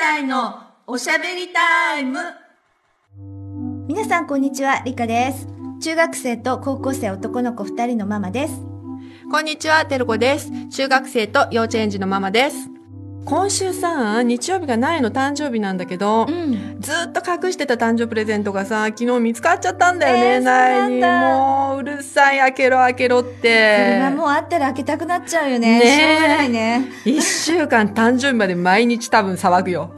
代のおしゃべりタイム。皆さんこんにちは、りかです。中学生と高校生男の子2人のママです。こんにちは、てるこです。中学生と幼稚園児のママです。今週さ、日曜日がないの誕生日なんだけど、ん。ずっと隠してた誕生日プレゼントがさ、昨日見つかっちゃったんだよね、えー苗にそうなんだもう、うるさい、開けろ、開けろっそれはて。もうあったら開けたくなっちゃうよね。ねえしょうがないね。一週間誕生日まで毎日多分騒ぐ よ。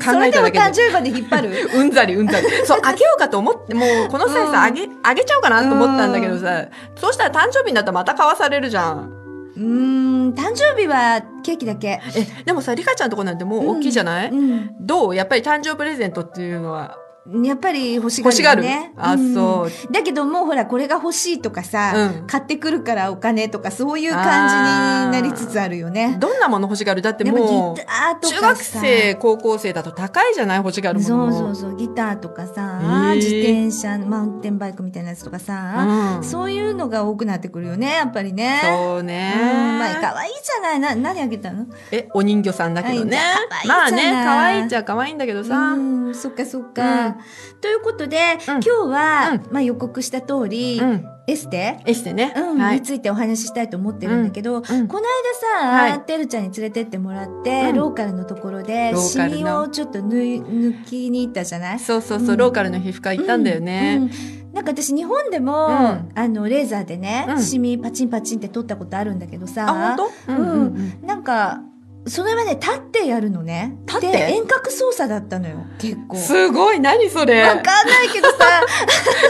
そ考れえでたもだけ誕で。生日まで引っ張るうんざりうんざり。そう、開けようかと思って、もうこの際さ、あ、げ、あげちゃおうかなと思ったんだけどさ、そうしたら誕生日になったらまた買わされるじゃん。うーん、誕生日はケーキだけ。え、でもさ、リカちゃんとこなんてもう大きいじゃない、うん。どうやっぱり誕生日プレゼントっていうのはやっぱり欲し欲がるしよがる、ね。あ、うんそう。だけどもうほらこれが欲しいとかさ、うん買ってくるからお金とかそういう感じになりつつあるよね。どんなもの欲しがるだってでももギう、ターと中か学さ生、高校生だと高いじゃない欲しがるものそも。うそうそうギターとかさ、へえ自転車マウンテンバイクみたいなやつとかさ、うんそうそういうのが多くなってくるよねやっぱりね。ねうんまあ可愛いじゃないな何あげたのえ、お人形さんだけどね可愛い。じゃまあないね、可愛いっちゃ可愛いんだけどさ。うんそっかそっか、うんということで、今日は、まあ、予告した通り、うんエステ、エステね。うんはにい。ついてお話ししたいと思ってるんだけうど、んこの間さ、はいてるちゃんに連れてってもらって、うんローカルのところでローシカルのミをちょっと抜い抜きに行ったじゃないそうそうそう、うんローカルの皮膚科行ったんだよね。うんなんか私日本でも、うんあのレーザーでね、うんシミパチンパチンって取ったことあるんだけどさあ、本当？うんうんうんなんかそれはね立ってやるのね立ってで遠隔操作だったのよ結構すごい、何それ。わかんないけどさ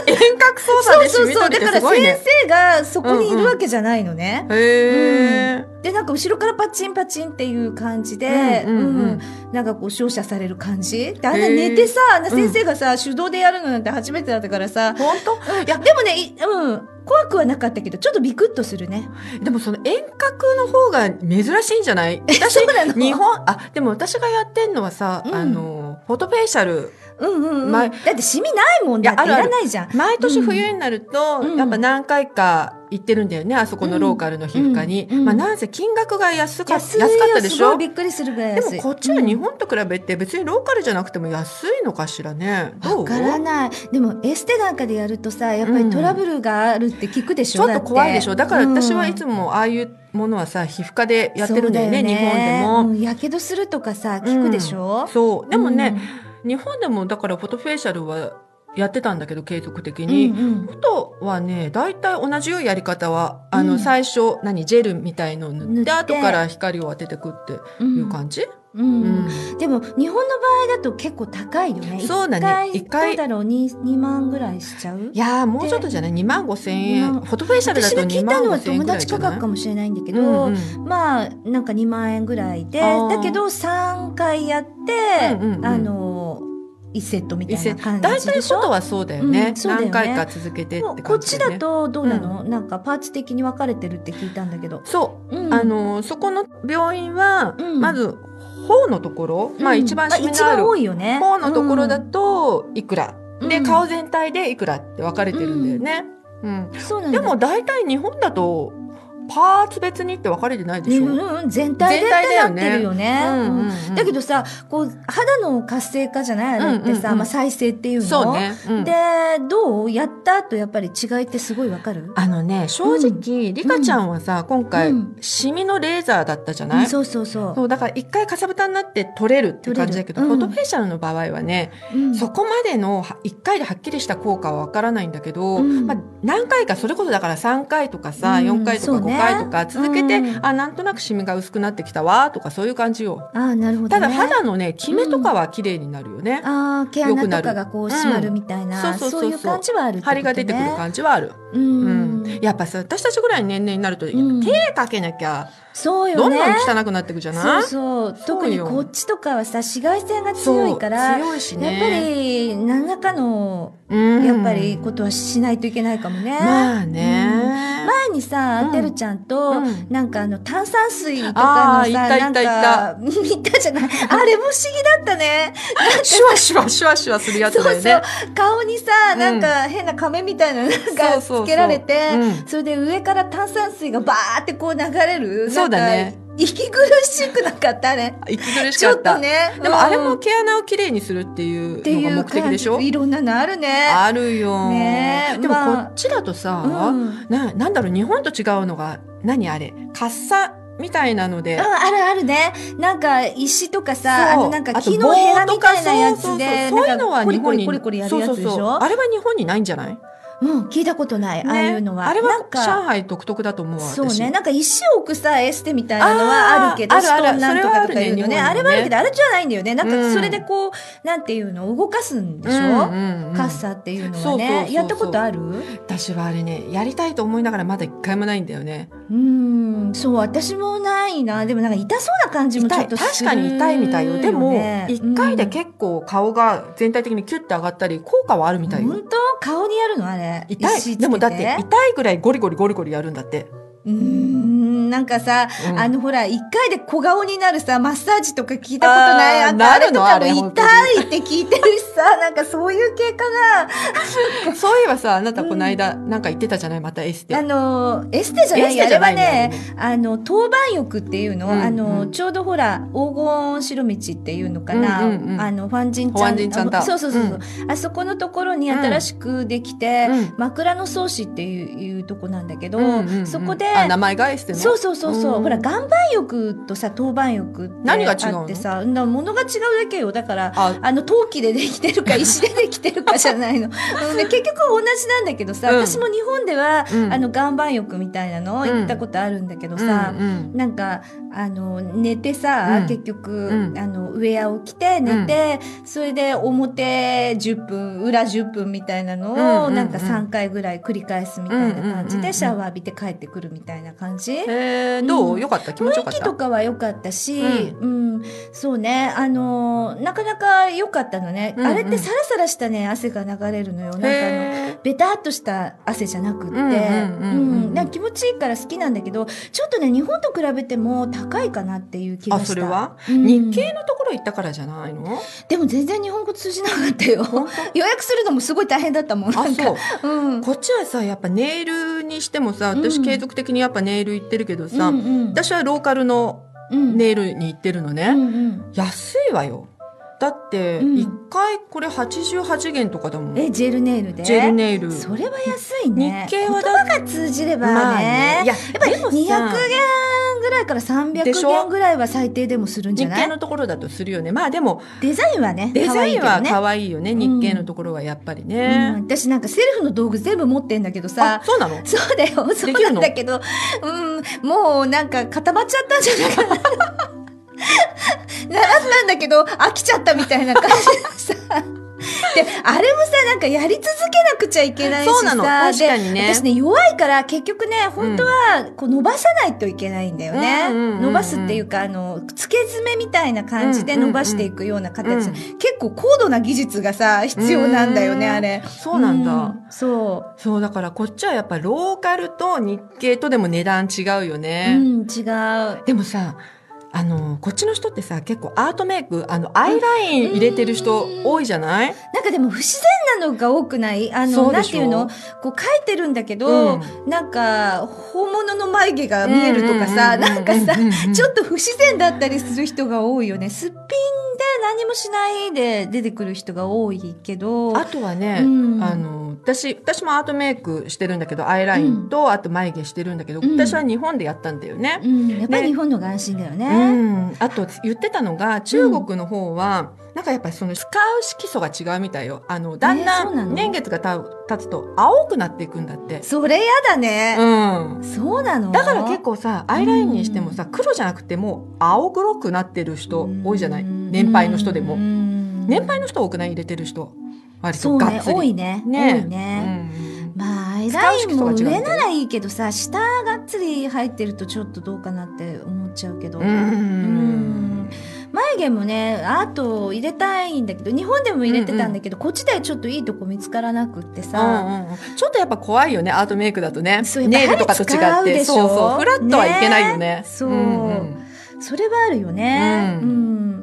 遠隔操作そうでそ染うみそ取うるだってかすらごい先ね。生がそこにいるわけじゃないのね、へー。でなんか後ろからパチンパチンっていう感じで、うんうんうんなんかこう照射される感じであんなへー寝てさ、あんな先生がさ、手動でやるのなんて初めてだったからさ、本当いやでもねいうん、怖くはなかったけどちょっとビクッとするね。でもその遠隔の方が珍しいんじゃ ない私そうなの日本あでも私がやってんのはさ、うんあのフォトフェイシャルうんうんうん、だまってシミないもんだっていいやあるあるらないじゃん。毎年冬になると、うんやっぱ何回か行ってるんだよねあそこのローカルの皮膚科に、うんうんまあなんせ金額が安か安安いよかったですしごいょびでっくりするぐらい安い。もこっちは日本と比べて別にローカルじゃなくても安いのかしらねどわうからない。でもエステなんかでやるとさ、やっぱりトラブルがあるって聞くでしちょ。ょっと怖いでしょだから私はいもつもああいうものはさ皮膚科でやってるんだよね日本でも。やけどするとかさ、聞くでしうんょ。そうでもね、うん日本でもだからフォトフェイシャルはやってたんだけど継続的うに。んうんフォトはね大体同じようやり方はあうのん最初、何ジェルみたいのを塗って塗って後から光を当ててくっていう感じ、ううんんでも日本の場合だと結構高いよね。そうだね一一回回どうだろう二二万ぐらいしちゃうい。やーもうちょっとじゃない2万5千う円んフォトフェイシャルだ私とが聞2いた万のは5千円友ぐらい達じゃ価ない格かもしれないんだけうど、んうんまあなんか2万円ぐらいであーだけど3回やって、うんうんうんあの1セットみたいな感大じで体しょ外はそうだよね,、うんそうだよね何回か続けてっても感うじ、ね、こっちだとどうなの、なんかパーツ的に分かれてるって聞いたんだけど、そううんあのそこの病院は、うんまず頬のところ、まあ一番締めのあ一る番多いよね頬のところだといくら、うんうでん顔全体でいくらって分かれてるんだよね、うんうんそうなんだでも大体日本だとパーツ別にって分かれてないでしょ、うんうんうん全体で全っ体だよてなっねてるよねうんうんうんうんだけどさこう肌の活性化じゃないあれっうんうんてさ、うんまあ、再生っていうのそうね、うんでどうやった後やっぱり違いってすごい分かるあのね正直、リカちゃんはさ今回、うんシミのレーザーだったじゃうない、んそうそうそうそうだから一回かさぶたになって取れるって感じだけど、取れるフうォんトフェイシャルの場合はね、うんそこまでのは一回ではっきりした効果はわからないんだけど、うんまあ、何回かそれこそだから3回とかさ、うん4回とそうかね5回とか続けて、うんあなんとなくシミが薄くなってきたわとかそういう感じよ。ああなるほど、たね、だ肌のねキメとかは綺麗になるよね、ああ毛穴とかがこうよくなる締まるみたいな、うんそそううそうそうそういう感じはあるってこと、ね、張りが出てくる感じはある、じうん、うんやっぱさ私たちぐらいの年齢になると、ん手かけなきゃそうよねどんどん汚くなっていくじゃそなういそうそう特にこっちとかはさ紫外線が強いから、そう強いしやっねぱり何らかのうんやっぱりことはしないといけないかもね、まあね、前にさ、うんてるちゃんと、うんなんかあの炭酸水とあかーのさ、いたないんたいたか、見たじゃない。あれも不思議だったね。シュワシュワシュワシュワするやつそうだよそねう。顔にさ、なんか変な亀みたいなのがそうそうそうつけられてう、んそれで上から炭酸水がバーってこう流れる。そうだねなんか息苦しくなかった ね。息苦しちかっょっとた。ね。でもあれうもんっ毛穴をきれいにするっていうていのがう目的でしょ感じいろんなのあるね。あるよ。ねえでもこまあっちだとさ、うんななんだろう日本と違うのが何あれカッサみたいなのでああるあるね。なんか石とかさ、あそうのなんかあと木の部屋棒みとかたいなやつで、そうそうそうそういうなんのかはコ日リコ本リにコリコリやるやつでしそょうそうそうあれは日本にないんじゃない、うん、聞いたことない、ああいうのは。ねあれなはん上か、海独特だと思うわ私そうね、なんか石を置くさ、エステみたいなのはあーあるけど、あスるトあるーンなんとかとかいうのね、あそれれははああるるね日本はねけど、あれじゃないんだよね。なんうかんそれでこう、なんていうの、動かすんでしょ、うんうんうんカッサっていうのはそうそうそうね。そうやったことある私はあれねやりたいと思いながらまだ一回もないんだよねうん、そう、私もないな。でもなんか痛そうな感じもちょ痛っいと確するかに痛いみたいよでもね一、回で結構顔が全体的にキュッて上がったり効果はあるみたいよ、本当顔にやるのあれ痛石つけいでもだって痛いぐらいゴリゴリゴリゴリやるんだって、うーんなんかさ、うんあのほら一回で小顔になるさマッサージとか聞いたことないあーんかあれとかなるのあれも本当痛いって聞いてるしさなんかそういう経過そういえばさあなたこの間なんか言ってたじゃないまたエステがあのエステじゃないエステじゃないあれはねあれねあの当番浴っていううの,、んうんあのちょうどほら黄金白道っていうのかな、うんうんうんあのファンジンちフゃァんンジンちゃんだあそうそうそうそう、あそこのところに新しくできて、うん枕草子っていういうとこなんだけど、うんうんうんそこであ名前がエステのそうそうそうそう、うんほら岩盤浴とさ当番浴って何が違うのあってさな物が違うだけよだからああの陶器でできて るか石でできてるかじゃないの、うんで結局同じなんだけどさ、うん私も日本では、うんあの岩盤浴みたいなのをうん行ったことあるんだけどさ、うんうんなんかあの寝てさ、うん結局、うんあのウェアを着て寝て、それで表10分裏10分みたいなのを、うんうんうんなんか3回ぐらい繰り返すみたいな感じで、うんうんうんうんシャワー浴びて帰ってくるみたいな感じ。えー、どうよかった気持ちよか雰囲っ気たとかは良かったし、う、うんそうね、あのーなかなか良かったのね。うんうんあれってサラサラしたね、汗が流れるのよ。なんかあの、へーベタっとした汗じゃなくって、ううんうんうんうんんなんか気持ちいいから好きなんだけど、ちょっとね、日本と比べても高いかなっていう気があした。それは、うん日系のところ行ったからじゃないのでも全然日本語通じなかったよ。 予約するのもすごい大変だったもん。あなんかそううん。こっちはさやっぱネイルにしてもさう私ん継続的にやっぱネイル行ってるけどさ、うんうん、私はローカルのうん、ネイルに行ってるのね、うんうん。安いわよだってうん1回これ88元とかだもん、え、ジェルネイルでジェルネイルそれは安いね。日系はだ言葉が通じればね。いややっぱり200元ぐらいから300でしょ元ぐらいは最低でもするんじゃ日な系いのところだとするよねまあでもデザインはね、デザインは可愛いけどね可愛いよねうん日系のところはやっぱりうね、ん私なんかセルフの道具全部持ってんだけどあさ、そうなのそうだ よ、そうできるなんのだけど、うん、もうなんか固まっちゃったんじゃないかな。習ったんだけど、飽きちゃったみたいな感じでさ。で、あれもさ、なんかやり続けなくちゃいけないしさ。そうなの確でかにね私ね、弱いから結局ね、本当は、こう伸ばさないといけないんだよね。うんうんうんうん伸ばすっていうか、あの、付け爪みたいな感じで伸ばしていくような形。うんうんうん結構高度な技術がさ、必要なんだよね、うんあれ。そうなんだ、うんそう。そうだからこっちはやっぱローカルと日系とでも値段違うよね、うん、違う。でもさあのこっちの人ってさ結構アートメイクあのアイライン入れてる人多いじゃない、なんかでも不自然なのが多くないあその、うなんでてしいうょのこう書いてるんだけど、うなんか、本物の眉毛が見えるとかさ、うんうんうんなうんんかさうんうんう、んちょっと不自然だったりする人が多いよね。すっぴんで何もしないで出てくる人が多いけど、あとはね、うんあの私私もアートメイクしてるんだけどアイラインと、あと眉毛してるんだけど、うん私は日本でやったんだよねう。ん、やっぱりね日本のが安心だようね。ん、あと言ってたのが中国の方は、なんかやっぱりその使う色素が違うみたいよあのだんえーそうなだのん年月がた経つと青くなっていくんだって、それやだね。うん、そうなのだから結構さアイラインにしてもうさ黒じゃなくてもう青黒くなってる人多いじゃないうん年配の人でうもん年配の人多くない入れてる人割そとうガッね、ツリ多いね。ね多いね。うんまあ、アイライ使う色ンも素が違う上んだよならいいけどさ、下がっつり入ってるとちょっとどうかなって思っちゃうけど。んん眉毛もね、アートを入れたいんだけど、日本でも入れてたんだけど、こっちではちょっといいとこ見つからなくってさ。うんうんちょっとやっぱ怖いよねアートメイクだとねそうやっぱネイルとかと違肌っ使うでてしょそうそうフラットはいけないよねねそうんんそれはあるよね。ううんん。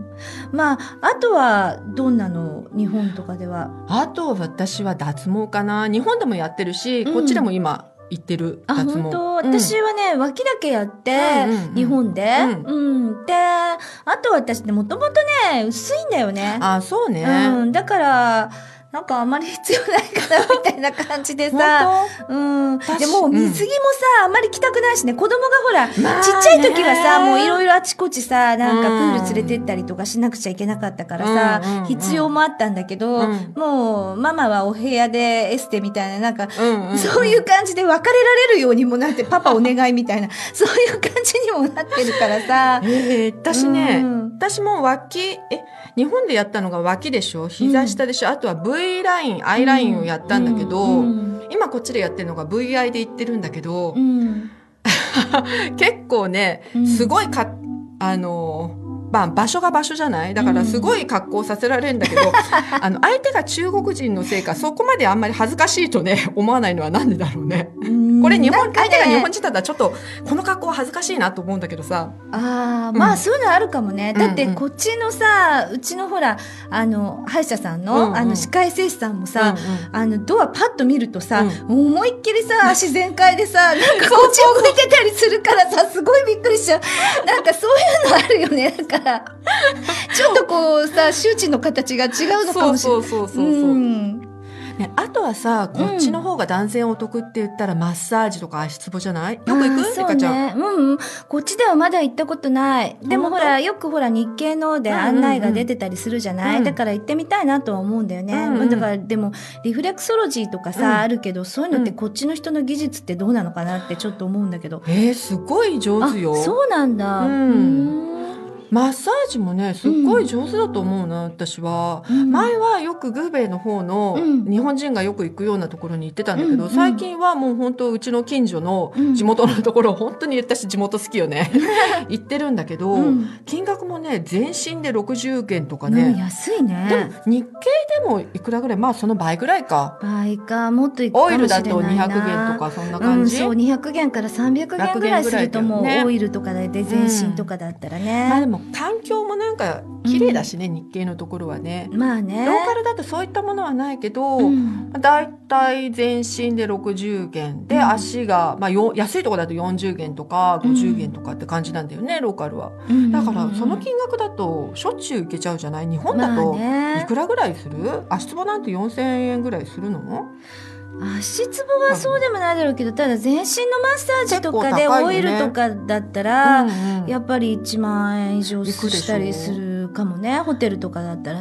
まあ、あとは、どんなの日本とかでは。あと私は脱毛かな日本でもやってるしうんこっちでも今行ってるあ、脱毛本当うん私はね、脇だけやって、うんうんうん日本で、ううん。で、あと私ってもともとね、薄いんだよね。あそうね、うん。だから、なんかあんまり必要ないかな、みたいな感じでさ。 本うん。確でも、うん水着もさ、あんまり着たくないしね、子供がほら、まあねちっちゃい時はさ、もういろいろあちこちさ、なんかプール連れてったりとかしなくちゃいけなかったからさ、うんうんうん必要もあったんだけど、うんもう、ママはお部屋でエステみたいな、なんか、当うんうんそういう感じで別れられるようにもなって、パパお願いみたいな、 そういう感じにもなってるからさ。えー 私ね、うん私も脇、え、日本でやったのが脇でしょ膝下でしょ、あとは V ライン、I ラインをやったんだけど、うん今こっちでやってるのが VI で言ってるんだけど、うん。結構ねうん、すごいか、あのー、まあ、場所が場所じゃないだからすごい格好させられるん だけど、あの、相手が中国人のせいか、そこまであんまり恥ずかしいとね、 思わないのはなんでだろうね。うんこれ日な本、んか相ね手が日本人だったらちょっと、この格好は恥ずかしいなと思うんだけどさ。ああ、うんまあそういうのあるかもね。だってうんうんこっちのさ、うちのほら、あの、歯医者さんうんうの、んあの、歯科衛生士さんもさ、うんうんあの、ドアパッと見るとさ、う思いっきりさ、足全開 でさ、なんかこっち向いてたりするからさ、すごいびっくりしちゃう。なんかそういうのあるよね。だから、 ちょっとこうさ、周知の形が違うのかもしれそない。うそうそうそうそう、うんね、あとはさこっちの方が断然お得って言ったら、マッサージとか足つぼじゃないよく行あーくリカちゃん、そうね。うんうん。こっちではまだ行ったことない。でも本ほ当ら、よくほら、日系のでうんうんうん案内が出てたりするじゃない、うんだから行ってみたいなとは思うんだよね。うんうんまあだから、でも、リフレクソロジーとかさ、うんあるけど、そういうのってうんこっちの人の技術ってどうなのかなってちょっと思うんだけど。えー、すごい上あ、手よそうなんだ。うんうんマッサージもねすっごい上手だと思うな、私は。うん前はよくグーベイの方のうん日本人がよく行くようなところに行ってたんだけど、うんうん最近はもう本当うちの近所のうん地元のところ、本当に私地元好きよ ね行ってるんだけど、うん金額もね全身で60元とかうね、ん安いでもね。日系でもいくらぐらいまあその倍ぐらいか倍か、もっと行くかもオしイれルなだいな。と200元とかそんなう感ん、じ、そう200元から300元ぐらいするともう、 100元ぐらいだよねオイルとかで全身とかだったらね、まあでも環境もなんか綺麗だしね、日系のところはね、まあね。ローカルだとそういったものはないけど、うんだいたい全身で60元で、うん足が、まあ、よ安いところだと40元とかうん50元とかって感じなんだよね、ローカルはだからその金額だとしょっちゅういけちゃうじゃない日本だとまあいね、くらぐらいする足つぼなんて4000円ぐらいするの足つぼはそうでもないだろうけどただ全身のマッサージとか結で構高いオイよねルとかだったら、うんうんやっぱり1万円以い上くでしょしたりするかもねホテルとかだったら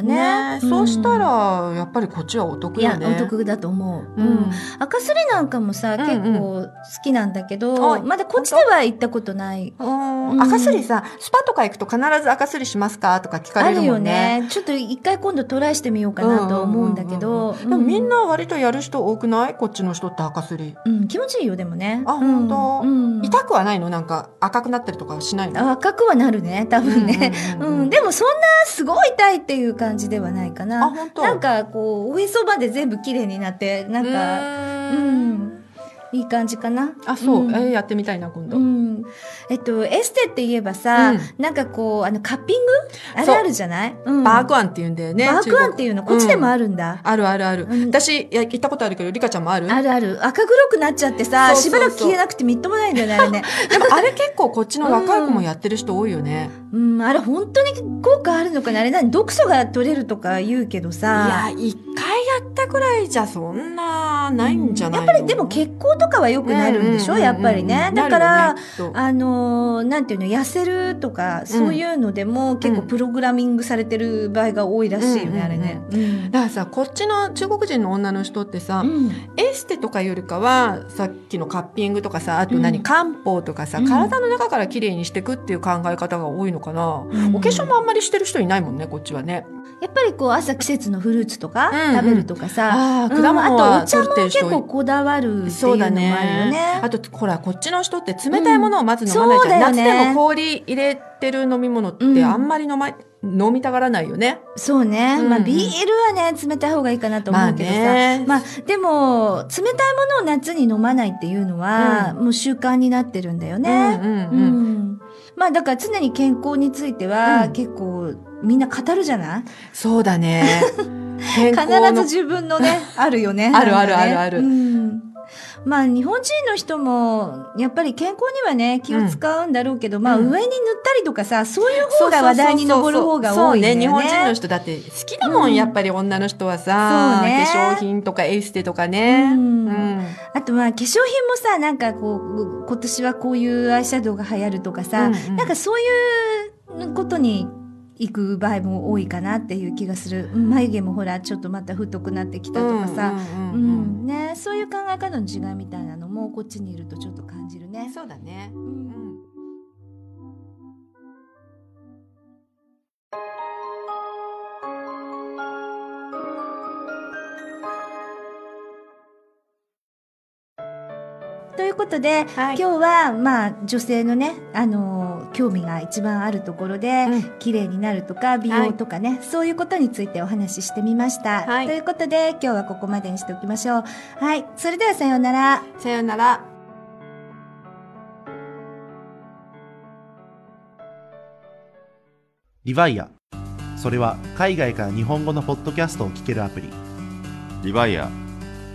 ねねそうしたんらやっぱりこっちはお得いよやね。お得だと思う、ううんん赤すりなんかもさ、うんうん結構好きなんだけはどいまだこっちでは行ったことないうんうん赤すりさ、スパとか行くと必ず赤すりしますかとか聞かれあるるもよんね。ねちょっと一回今度トライしてみようかなと思うんだけど、うんうんうんうんでもみんな、な割とやる人多くないこっちの人って赤すり。うん、気持ちいいよでもねあ本当うんうん痛くはないのなんか赤くなったりとかはしないのあ赤くはなるね多分ね、ううんんうんうんでもそんなすごい痛いっていう感じではないかあ、な本当なんかこうおへそまで全部綺麗になってなんかうかん、いい感じかなあ、そう。んえーやってみたいな、今度。うんえっと、エステって言えばさ、うなんかこうあのカッピングあれそうあるじゃない、うんバークワンって言うんだよね。バークワンっていうのこっちでもある。あるんだ、あるあるある。うん私、いや行ったことあるけど、リカちゃんもあるあるある赤黒くなっちゃってさそうそうそうしばらく消えなくてみっともないんだよねあれね、でもあれ結構こっちの若い子もやってる人多いよね。うん、あれ本当に効果あるのかなあれ何毒素が取れるとか言うけどさいや、一回やったくらいじゃそんなないんじゃないのやっぱりでも血行とかは良くなるんでしょ、うううやっぱりね。だかなら、るよねきっとあのーなんていうの、痩せるとか、そういうのでも結構プログラミングされてる場合が多いらしいようね、んあれね。うんだからさこっちの中国人の女の人ってさ、うんエステとかよりかはさっきのカッピングとかさあと何、うん漢方とかさうん体の中からきれいにしていくっていう考え方が多いのかな、うんお化粧もあんまりしてる人いないもんねこっちはねやっぱりこう朝季節のフルーツとかうんうん食べるとかさ、ああうん果物あとおは茶取もってる結人多い構こだわるっていうそうだのもあるよねね。あとほらこっちの人って冷たいものをまず飲まないじゃ、うんんそうだよね夏でも氷入れてる飲み物っうんてあんまり飲ま、飲みたがらないよね。そうね、うんまあビールはね冷たい方がいいかなと思うけどさ、まあねまあでも冷たいものを夏に飲まないっていうのは、もう習慣になってるんだよね。うんうんうん。うんまあだから常に健康については、うん結構みんな語るじゃないそうだね。健 必康の ず自分のねあるよね。あるあるなんかねあるあるうんまあ日本人の人もやっぱり健康にはね気を使うんだろうけど、まあう上んに塗ったりとかさそういう方が話題に上る方が多いんだよそうねね。日本人の人だって好きだもん、うんやっぱり女の人はさ、そうね化粧品とかエステとかね、うんうんあとまあ化粧品もさなんかこう今年はこういうアイシャドウが流行るとかさ、うんうんなんかそういうことに行く場合も多いかなっていう気がするうん眉毛もほらちょっとまた太くなってきたとかさ、うんううんんうんね、そういう考え方の違いみたいなのもこっちにいるとちょっと感じるうんね。そうだね、うんうんということで、はい今日は、まあ、女性のね、あのー興味が一番あるところで、うん綺麗になるとか美容とかね、そういうことについてお話ししてみました。はいということで今日はここまでにしておきましょう。はい、それではさようなら。さよならリヴァイア。それは海外から日本語のポッドキャストを聞けるアプリ。リバイア。